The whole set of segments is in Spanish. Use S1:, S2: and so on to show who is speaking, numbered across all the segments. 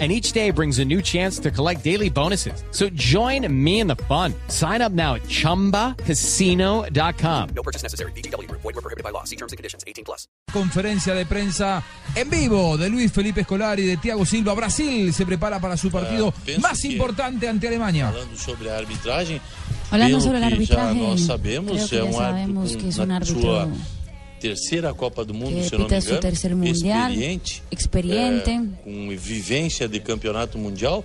S1: and each day brings a new chance to collect daily bonuses. So join me in the fun. Sign up now at ChumbaCasino.com.
S2: No purchase necessary. BGW. Void were prohibited by law. See terms and conditions. 18 plus.
S3: Conferencia de prensa en vivo de Luis Felipe Escolar y de Thiago Silva. Brasil se prepara para su partido
S4: Ah, penso
S3: más
S4: que-
S3: importante ante Alemania.
S4: Falando sobre a arbitragem,
S5: Hablando
S4: pelo
S5: sobre el
S4: que já
S5: arbitraje,
S4: nós
S5: creo
S4: sabemos,
S5: que
S4: é
S5: ya
S4: um árbitro
S5: sabemos que es
S4: com-
S5: un
S4: na
S5: árbitro
S4: sua terceira Copa do Mundo,
S5: que
S4: se eu não me
S5: pita su
S4: engano,
S5: tercer mundial,
S4: experiente,
S5: experiente.
S4: é, com vivência de campeonato mundial,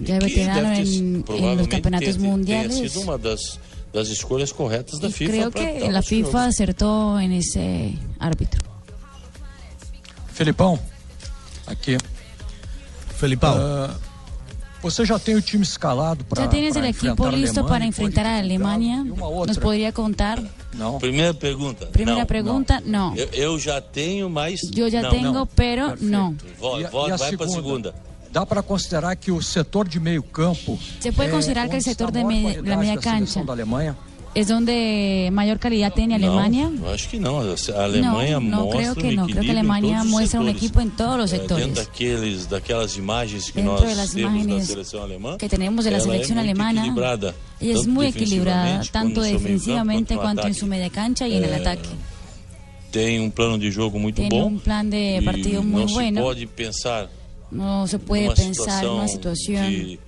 S5: Ya
S4: que
S5: veterano
S4: deve ter,
S5: en- en los
S4: provavelmente
S5: campeonatos
S4: tenha-
S5: mundiales.
S4: tenha sido uma das, das escolhas corretas da
S5: Y
S4: FIFA.
S5: creo
S4: pra
S5: que
S4: dar
S5: la
S4: os jogos.
S5: FIFA acertó en ese árbitro.
S6: Felipão, aqui.
S7: Felipão,
S6: Ah, você já tem o time escalado para.
S5: Ya
S8: Ah,
S5: tienes el equipo listo para enfrentar a Alemania.
S6: Uma
S5: ¿Nos
S6: outra.
S5: podría contar?
S6: Não.
S4: Primeira pergunta.
S5: Primera
S4: não,
S5: pregunta, no.
S4: Eu, eu já tenho, mas.
S5: Yo ya
S4: não,
S5: tengo,
S4: não.
S5: pero no.
S4: Vo-
S6: E a-
S4: vo-
S6: e a
S4: vai para a segunda.
S6: Dá para considerar que o setor de meio campo. é
S5: Se
S8: Eh,
S5: pode considerar que
S6: onde
S5: o setor
S6: está a
S5: de
S6: maior
S5: me-
S6: qualidade
S5: da meia
S6: da seleção
S5: cancha.
S6: Da Alemanha.
S5: ¿Es donde mayor calidad tiene Alemania?
S4: Não, eu acho que não. A Alemanha
S5: No, no,
S4: mostra
S5: creo que
S4: um
S5: no. Creo que
S4: equilíbrio em
S5: Alemania
S4: todos Eh, os
S5: muestra un
S4: setores.
S5: equipo en todos los
S4: É,
S5: sectores.
S4: Dentro daqueles, daquelas imagens que
S5: Dentro
S4: nós
S5: de las
S4: temos da
S5: imágenes
S4: seleção alemã,
S5: que tenemos de la
S4: ela
S5: selección
S4: é muito
S5: alemana,
S4: equilibrada.
S5: Ella es
S4: tanto
S5: muy equilibrada,
S4: defensivamente quanto no seu meio campo, quanto
S5: tanto defensivamente
S4: no
S5: cuanto en
S4: ataque.
S5: su media cancha y en el
S4: Eh,
S5: ataque.
S4: Tem um plano de jogo muito
S5: Tiene
S4: bom.
S5: un plan de
S4: e
S5: partido muy
S4: não se
S5: bueno.
S4: pode pensar
S5: No se puede
S4: numa
S5: pensar en
S4: situação
S5: una situación
S4: de,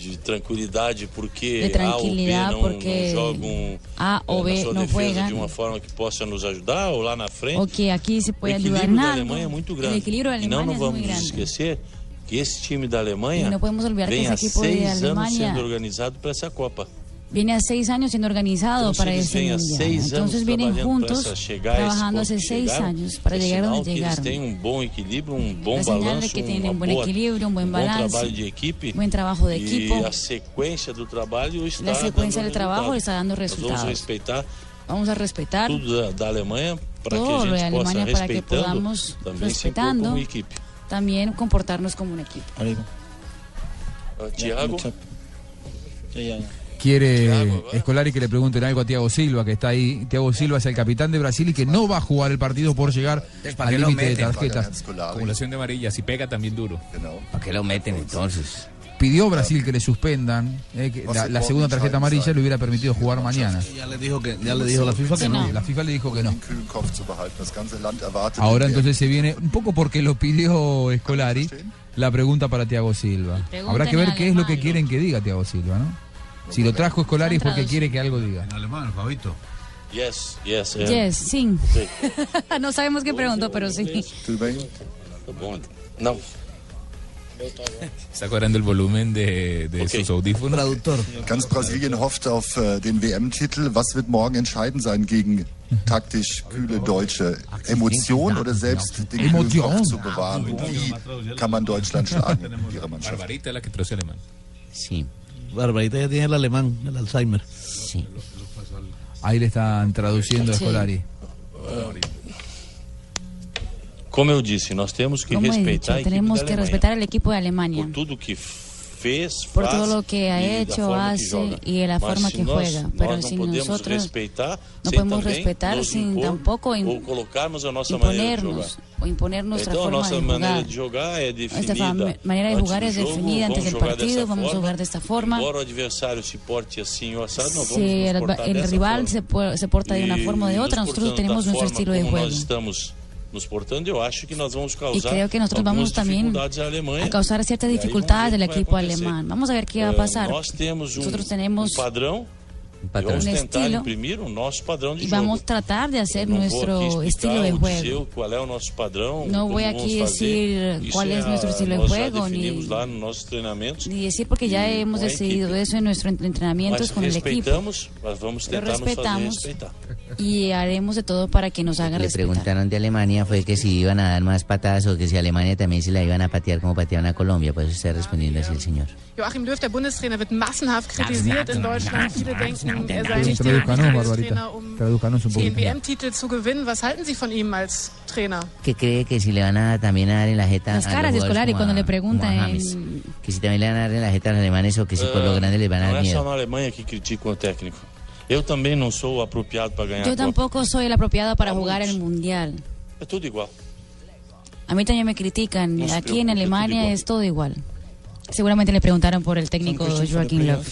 S4: de tranquilidade porque
S5: de tranquilidad
S4: A ou B não,
S5: porque
S4: não jogam
S5: A
S4: eh,
S5: o
S4: na
S5: B
S4: sua
S5: no
S4: defesa
S5: juegan.
S4: de uma forma que possa nos ajudar ou lá na frente.
S5: o que aquí se
S4: O
S5: puede ayudar
S4: equilíbrio
S5: en
S4: da
S5: algo.
S4: Alemanha é muito
S5: El
S4: grande.
S5: equilibrio de
S4: E não,
S5: Alemania
S4: não
S5: es muy
S4: vamos nos
S5: é grande.
S4: esquecer que esse time da Alemanha
S5: E não podemos olvidar que
S4: vem
S5: esse
S4: há
S5: equipo de
S4: seis anos
S5: Alemanha-
S4: sendo organizado para essa Copa.
S5: Viene a seis años siendo organizado
S4: Entonces,
S5: Ah, para
S4: eles
S5: ese
S4: vêm há
S5: mundial.
S4: seis
S5: Entonces
S4: anos
S5: vienen
S4: trabalhando
S5: juntos
S4: para chegar a esse
S5: trabajando
S4: ponto
S5: hace
S4: que
S5: seis
S4: chegaron.
S5: anos para
S4: É
S5: llegar
S4: sinal
S5: donde
S4: que Eles
S5: llegaron.
S4: têm um bom equilíbrio, um bom
S5: La señal de
S4: balanço,
S5: que tienen
S4: uma
S5: um bom
S4: boa-
S5: equilíbrio, um bom
S4: um bom
S5: balance,
S4: trabalho de equipe.
S5: buen trabajo de equipo.
S4: E a sequência do trabalho está
S5: La secuencia
S4: dando
S5: del trabajo
S4: resultado.
S5: está dando
S4: Nós
S5: resultados.
S4: vamos respeitar
S5: Vamos a respetar
S4: tudo da, da Alemanha para que
S5: Todo
S4: a
S5: lo de
S4: gente possa
S5: Alemanha para que
S4: respeitando
S5: podamos,
S4: também se impor
S5: respeitando.
S4: como equipe.
S5: también comportarnos como un equipo.
S4: Ah, Thiago,
S3: Quiere
S4: ¿eh? Thiago, va.
S3: Escolari que le pregunten algo a Thiago Silva, que está ahí. Thiago Silva es el capitán de Brasil y que no va a jugar el partido por llegar al límite de tarjetas.
S9: Acumulación de amarillas y pega también duro.
S10: ¿Para qué lo meten entonces?
S3: Pidió Brasil que le suspendan. eh, que la, la segunda tarjeta amarilla le hubiera permitido jugar mañana.
S7: ya le dijo que ya le dijo la FIFA que no.
S3: La FIFA le dijo que no.
S11: kühlen Kopf zu behalten. Das ganze Land erwartet.
S3: Ahora entonces se viene, un poco porque lo pidió Escolari, la pregunta para Thiago Silva.
S5: Pregúntenle
S3: Habrá que ver qué es lo que
S5: alemán.
S3: quieren que diga Thiago Silva, ¿no? Si lo trajo Escolari es porque quiere que algo diga.
S7: En alemán, Fabito.
S4: yes, yes. é.
S5: Yes, sí.
S4: Sí.
S5: no sabemos qué preguntó, pero sí.
S11: Tudo bem?
S4: Tá bom. Não,
S9: Está cobrando el volumen de, de
S4: Ok.
S9: sus audífonos.
S7: Traductor.
S11: Ganz Brasilien hofft auf äh, den WM-Titel. Was wird morgen entscheidend sein gegen taktisch kühle Deutsche? Emotion oder selbst den kühlen
S3: Emotion.
S11: Kopf zu bewahren? Wie kann man Deutschland schlagen, ihre Mannschaft?
S9: Barbarita es la que traduce alemán.
S10: Sí,
S7: Barbarita ya tiene el alemán, el Alzheimer.
S10: sí.
S3: Ahí le están traduciendo a
S5: Sí.
S3: Escolari.
S4: Como eu disse, nós temos que
S5: Como he
S4: respeitar
S5: dicho,
S4: a equipe
S5: tenemos
S4: da
S5: que
S4: Alemanha
S5: respetar al equipo de Alemania
S4: por tudo que fez,
S5: Por
S4: faz,
S5: todo lo que ha
S4: e da
S5: hecho,
S4: forma que
S5: hace
S4: joga.
S5: y de la
S4: Mas
S5: forma
S4: se
S5: que
S4: nós,
S5: juega.
S4: nós
S5: Pero
S4: não
S5: si
S4: podemos
S5: nosotros
S4: respeitar,
S5: no
S4: sem
S5: podemos
S4: também
S5: respeitar
S4: nos
S5: sin
S4: impor
S5: tampoco im-
S4: ou colocarmos a nossa maneira de jogar.
S5: imponernos o imponer nuestra
S4: então a
S5: forma
S4: nossa
S5: de
S4: maneira
S5: jugar.
S4: de jogar é definida.
S5: Nuestra fam- maneira de
S4: antes
S5: jugar
S4: do
S5: é
S4: jogo,
S5: definida
S4: vamos
S5: antes del
S4: jogar
S5: partido,
S4: dessa
S5: vamos
S4: forma.
S5: jogar desta forma.
S4: Embora o adversário se porte assim ou assado, nós vamos
S5: Si
S4: nos
S5: el,
S4: portar
S5: el
S4: dessa
S5: rival
S4: forma.
S5: se, por- se porta de una
S4: E
S5: forma o de
S4: nos
S5: otra, nosotros
S4: portando
S5: tenemos
S4: da forma
S5: nuestro um estilo de
S4: como
S5: juego.
S4: Nós estamos nos portando, eu acho que nós vamos causar
S5: Y creo que nosotros vamos
S4: algumas
S5: también
S4: dificuldades à Alemanha.
S5: a causar ciertas
S4: E aí vamos
S5: dificultades
S4: ver
S5: del
S4: o que vai
S5: equipo
S4: acontecer.
S5: alemán. Vamos a ver qué va a
S4: Eh,
S5: pasar.
S4: Nós temos um,
S5: Nosotros tenemos
S4: um padrão. e
S10: patrón.
S4: Vamos
S5: Um
S4: tentar
S5: estilo.
S4: imprimir o nosso padrão de
S5: Y
S4: jogo.
S5: vamos a tratar de hacer
S4: Eu não vou aqui
S5: nuestro
S4: explicar
S5: estilo de
S4: o
S5: juego.
S4: seu, qual é o nosso padrão?
S5: No
S4: como
S5: voy
S4: vamos
S5: aquí
S4: fazer.
S5: decir
S4: Isso
S5: qual
S4: é
S5: es nuestro
S4: a-
S5: estilo de
S4: nós já
S5: juego, ni-
S4: definimos lá nos nossos treinamentos.
S5: Ni decir porque ya
S4: Y
S5: hemos
S4: con la
S5: decidido
S4: equipe.
S5: eso en nuestros
S4: Mas
S5: entrenamientos con el equipo.
S4: respeitamos, mas vamos
S5: Lo
S4: tentar nos fazer
S5: respetamos.
S4: respeitar.
S5: y haremos de todo para que nos haga
S10: Le
S5: respetar.
S10: preguntaron de Alemania fue que si iban a dar más patadas o que si Alemania también se la iban a patear como pateaban a Colombia. Por eso está respondiendo así el señor.
S12: Joachim Löw, der Bundestrainer, wird massenhaft kritisiert in Deutschland. Viele denken, er sei nicht der
S3: Traduzcanos,
S12: richtige
S3: Barbarita.
S12: Bundestrainer, um
S3: Traduzcanos un
S12: den
S3: poquito.
S12: WM-Titel zu gewinnen. Was halten Sie von ihm als Trainer?
S10: Que cree que si le van a también a dar en la jeta
S5: Las
S10: a los
S5: caras de
S10: jugadores
S5: Scolari
S10: como
S5: cuando
S10: a-
S5: le preguntan
S10: como a James.
S5: en-
S10: Que si también le van a dar en la jeta a los alemanes o que si por lo grande les van a
S4: não
S10: dar
S4: é só
S10: miedo.
S4: na Alemanha que criticam o técnico. Eu também não sou apropriado para ganhar
S5: Yo
S4: a Copa.
S5: tampoco soy el apropiado para jugar el mundial.
S4: É tudo igual.
S5: A mí también me critican.
S4: No se
S5: Aquí en
S4: preocupe, todo
S5: Alemania
S4: igual.
S5: es todo igual. Seguramente le preguntaron por el técnico Joaquín Löw.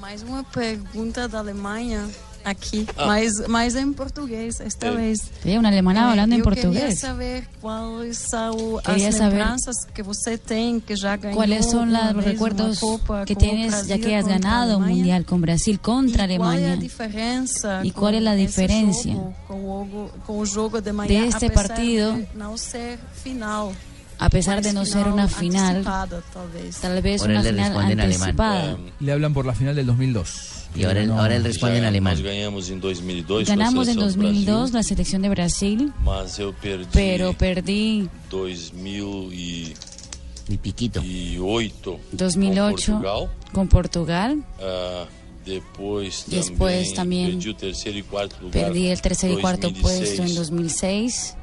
S13: Mais uma pergunta da Alemanha aqui, mas, mas em português esta
S5: Eh,
S13: vez.
S5: Sí, una alemana
S13: Eh,
S5: hablando en
S13: eu queria
S5: portugués.
S13: saber quais são as
S5: Queria saber
S13: lembranças que você tem que já ganhou.
S5: ¿Cuáles son
S13: uma vez
S5: los
S13: uma
S5: recuerdos
S13: Copa
S5: que
S13: com o
S5: tienes ya
S13: Brasil
S5: que has
S13: contra a
S5: ganado un
S13: Alemanha?
S5: mundial con Brasil contra
S13: ¿Y ¿Cuál es la
S5: Alemania?
S13: diferencia?
S5: ¿Y cuál es la
S13: con ese
S5: diferencia?
S13: juego, con o juego- con el juego de mañana,
S5: De este
S13: a pesar
S5: partido,
S13: de no ser final,
S5: a pesar
S13: mas
S5: de no ser una final,
S13: anticipada, tal vez.
S5: tal vez
S10: Ahora
S5: una
S10: le
S5: final
S10: responde en alemán.
S5: anticipada.
S3: Le hablan por la final del 2002.
S10: Y ahora,
S3: No.
S10: ahora él responde en
S4: Já,
S10: alemán.
S4: nós ganhamos em 2002 com a
S5: Ganamos en
S4: seleção do Brasil,
S5: 2002 la selección de Brasil,
S4: mas eu perdi
S5: pero perdí
S4: 2008
S10: Y piquito.
S4: com
S5: 2008
S4: Portugal.
S5: con Portugal.
S4: Ah, depois
S5: Después
S4: também
S5: también
S4: perdi o terceiro e quarto lugar.
S5: Perdí el tercer y cuarto
S4: 2006,
S5: puesto en 2006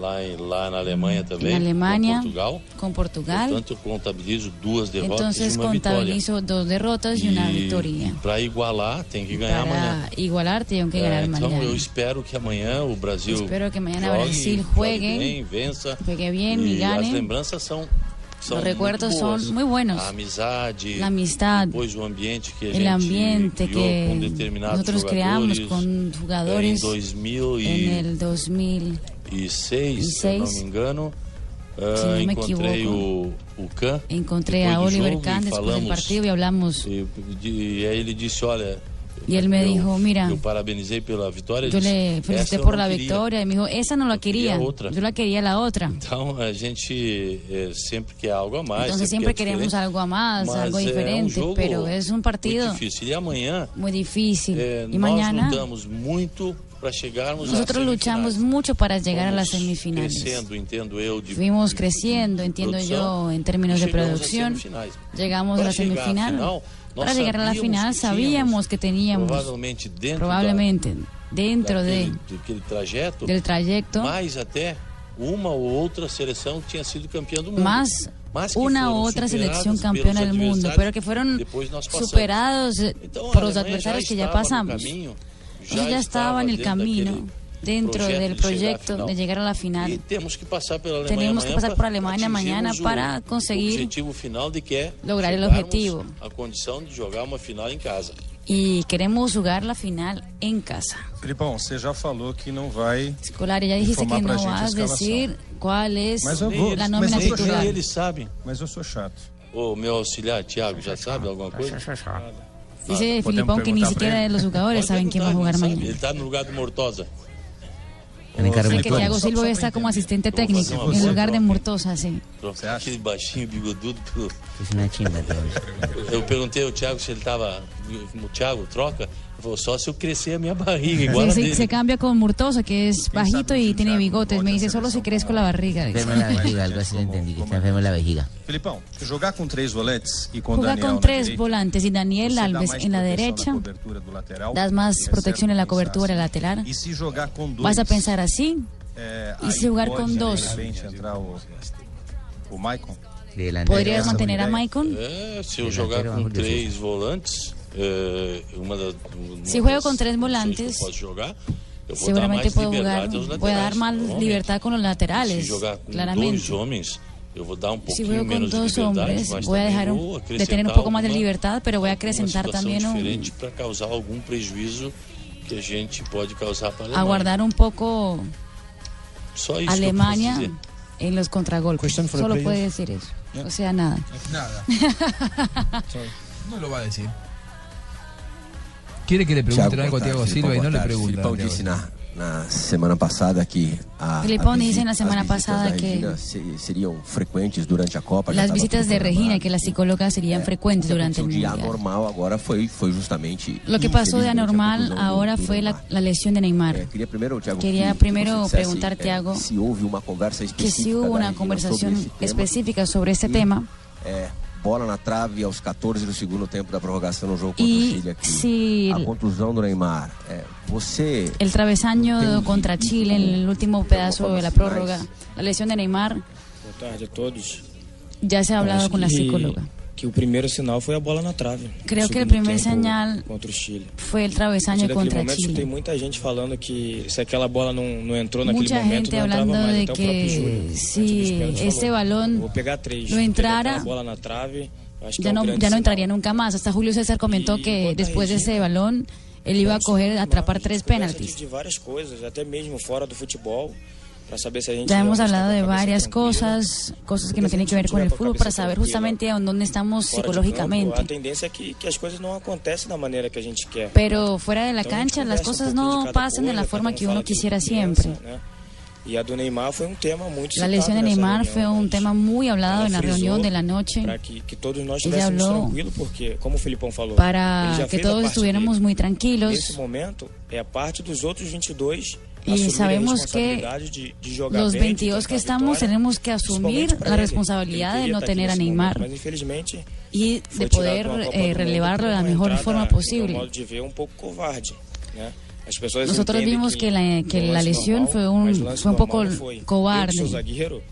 S4: lá, em- lá na Alemanha também.
S5: En Alemania,
S4: com Portugal.
S5: con Portugal.
S4: Portanto, contabilizo duas derrotas
S5: Entonces
S4: e uma vitória.
S5: contabilizo dos derrotas y una victoria.
S4: Para igualar, tem que ganhar amanhã.
S5: Para igualarte tengo que
S4: É,
S5: ganar
S4: então eu
S5: mañana.
S4: espero que amanhã o Brasil
S5: Espero que mañana
S4: jogue,
S5: Brasil
S4: jogue
S5: juegue,
S4: bem, vença.
S5: juegue bien y
S4: E
S5: gane.
S4: As lembranças são, são
S5: Los recuerdos
S4: muito
S5: son
S4: boas.
S5: muy buenos.
S4: A amizade,
S5: La amistad,
S4: depois o ambiente que a gente
S5: el ambiente
S4: criou com
S5: que
S4: determinados
S5: nosotros
S4: jogadores. eh,
S5: creamos con
S4: em
S5: jugadores
S4: 2000
S5: en
S4: e
S5: el 2000.
S4: e seis, se eu não me engano, ah,
S5: Se não me
S4: encontrei
S5: equivoco,
S4: o, o Kahn.
S5: Encontré
S4: depois
S5: a
S4: do
S5: Oliver
S4: jogo
S5: Kahn
S4: e
S5: después del
S4: falamos,
S5: partido y hablamos.
S4: E, de- e aí ele disse, olha,
S5: Y él me dijo, mira,
S4: eu parabenizei pela vitória.
S5: yo
S4: disse,
S5: le
S4: "Essa
S5: felicité
S4: eu
S5: por
S4: não
S5: la
S4: queria."
S5: victoria. Y me dijo, esa no la quería,
S4: otra.
S5: yo la quería la otra.
S4: Então a gente eh, sempre quer algo a mais.
S5: Entonces
S4: sempre
S5: siempre
S4: quer
S5: queremos
S4: diferente.
S5: algo más,
S4: Mas
S5: algo
S4: é um
S5: diferente,
S4: jogo
S5: pero es un
S4: Muito
S5: partido
S4: difícil. E amanhã
S5: muy difícil.
S4: eh,
S5: Y
S4: nós
S5: mañana
S4: lutamos muito para chegarmos
S5: nosotros
S4: à
S5: luchamos
S4: semifinal.
S5: mucho para llegar a las
S4: Vamos
S5: semifinales.
S4: Crescendo, entendo eu, de
S5: Fuimos creciendo, entiendo yo, en términos de
S4: Llegamos a
S5: producción.
S4: semifinales.
S5: Llegamos a
S4: Para llegar a
S5: la semifinal.
S4: final,
S5: Para
S4: nós
S5: llegar a la
S4: sabíamos
S5: final
S4: que
S5: sabíamos que teníamos
S4: provavelmente dentro
S5: probablemente dentro de,
S4: daquele, daquele trajeto,
S5: del trayecto
S4: mais até uma ou outra seleção que tinha sido campeã do mundo.
S5: más
S4: Mas que
S5: una
S4: foram
S5: u otra
S4: superadas
S5: selección
S4: pelos
S5: campeona del mundo,
S4: adversários,
S5: pero que fueron
S4: depois nós passamos.
S5: superados eh,
S4: Então, a
S5: por
S4: Alemanha
S5: los
S4: já
S5: adversarios que ya
S4: estava no
S5: pasamos.
S4: caminho,
S5: Entonces Pues ya estava en el
S4: dentro
S5: camino,
S4: daquele-
S5: dentro
S4: projeto de
S5: del
S4: chegar à
S5: proyecto
S4: final.
S5: de llegar a la final.
S4: E temos que passar pela Alemanha
S5: Tenemos que
S4: amanhã
S5: pasar
S4: pra-
S5: por Alemania
S4: atingirmos
S5: mañana
S4: o
S5: para conseguir
S4: objetivo final de que é
S5: lograr el
S4: chegarmos
S5: objetivo.
S4: à condição de jogar uma final em casa.
S5: Y queremos jugar la final en casa.
S14: Felipão, você já falou que não vai.
S5: Escolari, ya dijiste
S14: informar
S5: que
S14: pra
S5: no
S14: gente a
S5: vas a
S14: escalação.
S5: decir cuál es
S14: Mas eu vou.
S5: la nómina
S14: mas eu sou
S5: titular.
S14: chato.
S4: sabem.
S14: Mas eu sou chato.
S4: O meu auxiliar, Thiago, já sabe alguma
S5: Tá,
S4: coisa?
S5: Dice
S4: Ah,
S5: Filipón que ni
S4: preguntar
S5: siquiera
S4: pra
S5: de
S4: ele.
S5: los jugadores saben quién va a jugar
S4: Ele
S5: mañana.
S4: está no lugar do Mortosa.
S5: O sea que Thiago Silva hoy está como asistente técnico en lugar de Murtosa, sí.
S4: Aquele baixinho bigodudo. pelo-
S10: Es una chimba todo eso.
S4: Eu perguntei ao Thiago se ele estava. O Thiago, troca? Ele falou, só se eu crescer a minha barriga, igual
S5: Sí,
S4: a
S5: se, se
S4: dele.
S5: cambia con Murtosa, que es bajito y tiene bigotes. Me dice solo si crezco la barriga. dice.
S10: Enfermo en la vejiga, algo así lo entendí, que está enfermo en la vejiga.
S14: Felipão, jogar com três volantes e com o
S5: Juega
S14: Daniel
S5: con
S14: na
S5: tres
S14: direita,
S5: volantes y Daniel
S14: você dá mais
S5: Alves en la
S14: proteção na
S5: derecha.
S14: cobertura do lateral,
S5: Das más
S14: é
S5: protección en la
S14: certo pensar
S5: cobertura
S14: assim.
S5: lateral.
S14: E se jogar com dois,
S5: Vas a pensar así.
S14: é,
S5: e
S14: aí
S5: se jogar
S14: pode,
S5: com
S14: de
S5: dois?
S14: repente, entrar o, o Maicon? Essa
S5: ¿Podrías
S14: é uma
S5: mantener
S14: ideia.
S5: a Maicon?
S4: É, se eu jogar com três volantes, é, uma das. uma
S5: Se juego
S4: das
S5: com
S4: opções
S5: três
S4: que
S5: volantes,
S4: eu posso jogar, eu vou dar
S5: Seguramente
S4: mais
S5: puedo jugar,
S4: liberdade aos
S5: voy a
S4: laterais,
S5: dar más
S4: normalmente.
S5: libertad con los
S4: Se
S5: laterales,
S4: jogar com dois
S5: claramente.
S4: homens, eu vou dar um
S5: Si
S4: pouquinho
S5: juego con
S4: menos de
S5: dos
S4: liberdade,
S5: hombres,
S4: mas
S5: voy a
S4: também
S5: dejar
S4: vou
S5: un, de
S4: acrescentar
S5: tener un poco más de
S4: alguma-
S5: libertad, pero voy a
S4: uma
S5: acrecentar
S4: situação
S5: también un,
S4: diferente para causar algum prejuízo que a gente pode causar para a Alemanha.
S5: aguardar un poco
S4: Só isso que eu posso
S5: Alemania
S4: dizer.
S5: en los contragolpes.
S4: Question for the
S5: Solo
S4: players.
S5: puede decir eso. O sea, nada.
S3: Nada. No lo va a decir. Quiere que le pregunten algo a Tiago Silva y no le preguntan.
S8: Filipão
S3: né, Thiago
S8: disse
S3: Silva.
S8: na, na semana passada que a,
S5: Filipão
S8: a
S5: disse na
S8: as
S5: semana
S8: visitas
S5: passada
S8: da
S5: que-
S8: Regina se- seriam frequentes durante a Copa. já
S5: Las
S8: tava
S5: visitas
S8: tudo
S5: de
S8: programado.
S5: Regina, que la psicóloga serían frecuentes durante el
S8: O dia
S5: mundial.
S8: anormal agora foi, foi justamente.
S5: Lo que pasó de
S8: infelizmente, a
S5: anormal
S8: conclusão do-
S5: ahora
S8: do
S5: fue la,
S8: Neymar.
S5: la lesión de Neymar.
S8: É, queria primeiro, Thiago,
S5: Queria
S8: que- que
S5: primeiro
S8: você dissesse,
S5: perguntar,
S8: é,
S5: Thiago,
S8: se houve uma conversa
S5: Que
S8: específica
S5: sí hubo
S8: da
S5: una
S8: Regina sobre esse
S5: conversación
S8: tema.
S5: específica sobre este tema
S8: É, bola na trave aos 14 do segundo tempo da prorrogação no jogo contra o
S5: y
S8: Chile aqui.
S5: si
S8: A contusão do Neymar. É, você
S5: el travesaño contra Chile en el último pedazo de la prórroga, la lesión de Neymar,
S15: Boa tarde a todos.
S5: ya se ha hablado
S15: Acho
S5: con la
S15: que-
S5: psicóloga.
S15: Que o primeiro sinal foi a bola na trave.
S5: Creio
S15: No
S5: que o
S15: segundo
S5: primeiro
S15: tempo
S5: sinal
S15: Contra o Chile.
S5: Fue el
S15: A partir
S5: travesaño
S15: daquele
S5: contra
S15: momento, escutei
S5: Chile.
S15: muita gente falando que se aquela bola não, não entrou naquele
S5: Mucha
S15: momento,
S5: gente
S15: não entrava
S5: hablando
S15: mais.
S5: de
S15: Até o próprio
S5: que
S15: Júnior.
S5: si este balón
S15: Vou pegar três.
S5: não
S15: Teve
S5: entrara,
S15: aquela bola na trave, acho que
S5: ya
S15: é um
S5: no,
S15: grande
S5: ya no
S15: sinal.
S5: entraría nunca más. Hasta Julio César comentó que después de ese balón él iba a coger, a atrapar tres
S15: Conversa de,
S5: penaltis.
S15: de várias coisas, até mesmo fora do futebol, para saber se a gente...
S5: Ya hemos
S15: realmente tá
S5: hablado
S15: com a
S5: de
S15: cabeça
S5: varias cosas, cosas que no tienen que ver con el fútbol, para saber justamente a dónde estamos
S15: fora de campo,
S5: psicológicamente.
S15: A tendência é que, que as coisas não acontecem da maneira que a gente quer.
S5: Pero fuera de la
S15: Então,
S5: cancha
S15: a gente
S5: las
S15: conversa
S5: cosas
S15: um pouquinho de
S5: no
S15: cada
S5: pasan de
S15: coisa,
S5: la
S15: cada
S5: forma
S15: um
S5: que uno
S15: fala do
S5: quisiera
S15: pensa,
S5: siempre.
S15: né? E a do Neymar foi um tema muito
S5: La
S15: citado
S5: lesión de
S15: nessa
S5: Neymar
S15: reunião,
S5: fue un tema muy hablado en la
S15: frisó
S5: reunión de la noche
S15: Para que, que todos nós
S5: Ele
S15: estivéssemos
S5: hablou
S15: tranquilos, porque, como o Filipão falou, ele
S5: para
S15: já
S5: que
S15: fez a
S5: todos
S15: parte
S5: estuviéramos muy
S15: dele. Nesse
S5: tranquilos.
S15: momento, é a parte dos outros 22
S5: E
S15: assumirem
S5: sabemos
S15: a responsabilidade de, de jogar
S5: Los
S15: bem, de
S5: 22 que
S15: tentar
S5: estamos
S15: vitória,
S5: tenemos que
S15: principalmente
S5: asumir
S15: pra
S5: la
S15: ele.
S5: responsabilidad de
S15: Ele queria
S5: no
S15: tá aqui
S5: tener a
S15: nesse momento,
S5: Neymar
S15: Mas, infelizmente,
S5: y
S15: foi
S5: de
S15: tirado
S5: poder
S15: de uma Copa do
S5: eh,
S15: Mundo
S5: relevarlo de la
S15: com uma
S5: mejor
S15: entrada,
S5: forma
S15: no meu
S5: posible.
S15: modo de ver, um pouco covarde, né? As pessoas
S5: Nosotros
S15: entendem
S5: vimos que la, que
S15: o
S5: la
S15: lance
S5: lesión
S15: normal,
S5: fue
S15: mas o
S5: un,
S15: lance
S5: fue un
S15: normal
S5: poco
S15: não foi. Eu que sou
S5: cobarde.
S15: zagueiro,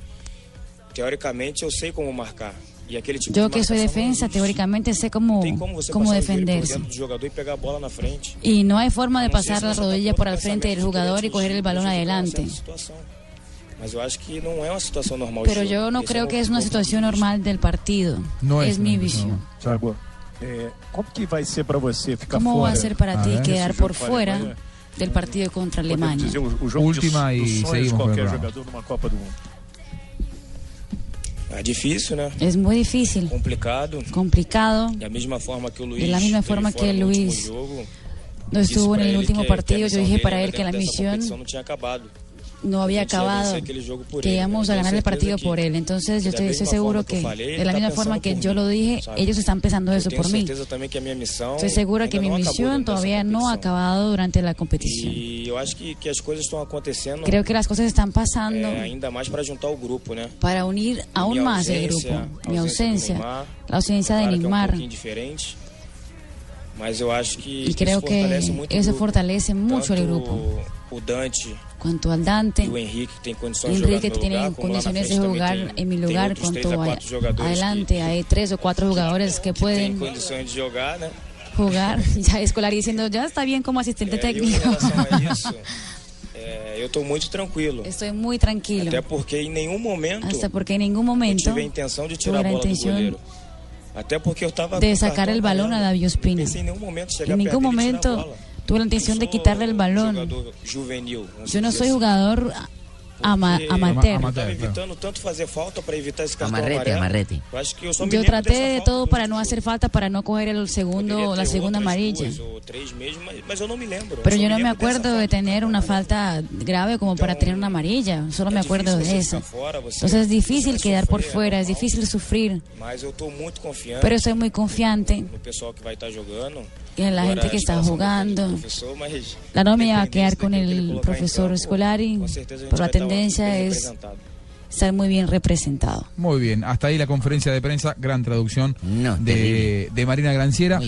S15: teoricamente eu sei como marcar. E aquele tipo
S5: Yo
S15: de
S5: que soy
S15: marcação não
S5: defensa,
S15: existe.
S5: teóricamente sé cómo,
S15: Tem como você
S5: cómo
S15: passar o joelho por
S5: defenderse.
S15: dentro do jogador e pegar a bola na frente.
S5: Y no hay forma de
S15: Não sei se
S5: pasar la
S15: você
S5: rodilla
S15: tá
S5: por
S15: todo
S5: al frente del
S15: pensamento
S5: jugador y coger el balón adelante.
S15: situação. Mas eu acho que não é uma situação normal.
S5: Pero
S15: Gil.
S5: yo no
S15: Esse
S5: creo
S15: o-
S5: que es una situación normal del partido. Es mi visión.
S16: Thiago, é, como que vai ser para você ficar
S5: ¿Cómo
S16: fora?
S5: va a ser para ti
S16: Ah, é?
S5: quedar
S16: Esse jogo
S5: por
S16: com a
S5: fuera
S16: Alemanha?
S5: del partido contra
S16: Podemos
S5: Alemania?
S16: é dizer, o, o jogo
S3: Última
S16: de,
S3: e
S16: dos sonhos de
S3: seguimos com o
S16: qualquer
S3: programa.
S16: jogador numa Copa do Mundo.
S15: É difícil, né?
S5: Es muy difícil,
S15: Complicado.
S5: complicado.
S15: Da mesma forma que o Luiz.
S5: De la misma
S15: teve
S5: forma
S15: fora
S5: que
S15: no último
S5: Luiz
S15: jogo,
S5: No
S15: disse
S5: estuvo en
S15: pra
S5: el
S15: ele
S5: último
S15: que- que a
S5: partido. Yo
S15: misión
S5: dije
S15: dele
S5: para
S15: era
S5: él que la
S15: dentro dessa
S5: misión
S15: competição não tinha acabado.
S5: no había
S15: Ele tinha
S5: acabado,
S15: vencer aquele jogo por
S5: que
S15: ele.
S5: íbamos a
S15: Eu tenho
S5: ganar el
S15: certeza
S5: partido
S15: que-
S5: por él. Entonces yo
S15: da
S5: estoy, estoy
S15: mesma
S5: seguro
S15: forma que eu
S5: que,
S15: falei, ele
S5: de la
S15: tá
S5: misma
S15: pensando
S5: forma que
S15: por
S5: yo
S15: mim,
S5: lo dije,
S15: sabe?
S5: ellos están pensando
S15: Eu
S5: eso
S15: tenho
S5: por mí.
S15: certeza também que a minha missão.
S5: Estoy segura que
S15: ainda
S5: mi
S15: não acabou
S5: misión
S15: dentro dessa
S5: todavía no ha
S15: competição.
S5: acabado durante la competición.
S15: E eu acho que, que as coisas estão acontecendo.
S5: Creo que las cosas están pasando
S15: é, Eh, ainda mais para juntar o grupo, né?
S5: para unir aún
S15: Minha
S5: más el
S15: ausência,
S5: grupo. Mi
S15: a
S5: ausencia,
S15: ausência do Neymar,
S5: la ausencia de
S15: Claro que é um
S5: Neymar.
S15: pouquinho diferente, mas eu acho que
S5: Y creo
S15: isso
S5: que
S15: fortalece muito
S5: eso
S15: o grupo.
S5: fortalece mucho el
S15: Tanto
S5: grupo.
S15: O Dante
S5: Cuanto al Dante,
S15: e o Henrique que tem condições de jogar
S5: Enrique
S15: no meu
S5: tiene
S15: lugar, como lá na
S5: condiciones de
S15: frente também
S5: jugar
S15: tem-
S5: en mi
S15: tem
S5: lugar,
S15: outros três a
S5: cuanto a-
S15: quatro jogadores
S5: adelante hay tres o cuatro jugadores que
S15: que tem
S5: pueden
S15: condições de jogar, né?
S5: jugar. Ya escolar diciendo, ya está bien como asistente
S15: É, eu, em
S5: técnico.
S15: relação a isso, é, eu estou muito tranquilo.
S5: Estoy muy tranquilo,
S15: Até porque em nenhum momento
S5: hasta porque en ningún
S15: eu
S5: momento
S15: tive a intenção de tirar a
S5: tuve la
S15: bola do
S5: intención
S15: goleiro. Até porque eu estava
S5: de sacar el balón a David Ospina.
S15: Em nenhum momento chegar
S5: En
S15: perto
S5: ningún
S15: dele e tirar
S5: momento
S15: a bola. um
S5: tuve la intención de quitarle el balón.
S15: Jogador juvenil. vamos
S5: Yo no
S15: dizer
S5: soy
S15: assim.
S5: jugador ama-
S15: Porque
S5: amateur.
S15: Eu tava evitando tanto fazer falta para evitar esse cartão
S10: Amarrete,
S15: amarelo.
S10: amarrete.
S15: Eu acho que eu só me
S5: Yo
S15: lembro
S5: traté
S15: dessa
S5: de todo para no hacer falta, para no coger el segundo, la segunda amarilla.
S15: duas ou três mesmo, mas, mas eu não me lembro.
S5: Pero
S15: só
S5: yo no me
S15: lembro dessa
S5: acuerdo de tener una falta grave como para tener una amarilla, solo me acuerdo de eso.
S15: pues,
S5: Entonces es difícil quedar por fuera, es difícil sufrir,
S15: Mas eu estou muito confiante.
S5: pero estoy muy confiante
S15: no pessoal que vai estar jogando.
S5: Y en la
S15: Agora,
S5: gente que
S15: a
S5: está
S15: escalação do
S5: jugando.
S15: professor, mas
S5: La nómina va a quedar
S15: dependendo
S5: con
S15: daquilo que ele
S5: el
S15: colocar em
S5: profesor
S15: campo,
S5: Scolari,
S15: com certeza a
S5: pero
S15: gente
S5: la
S15: vai estar
S5: tendencia
S15: bem
S5: es
S15: representado.
S5: estar muy bien representado.
S3: Muy bien, hasta ahí la conferencia de prensa, gran traducción de, de Marina Granciera.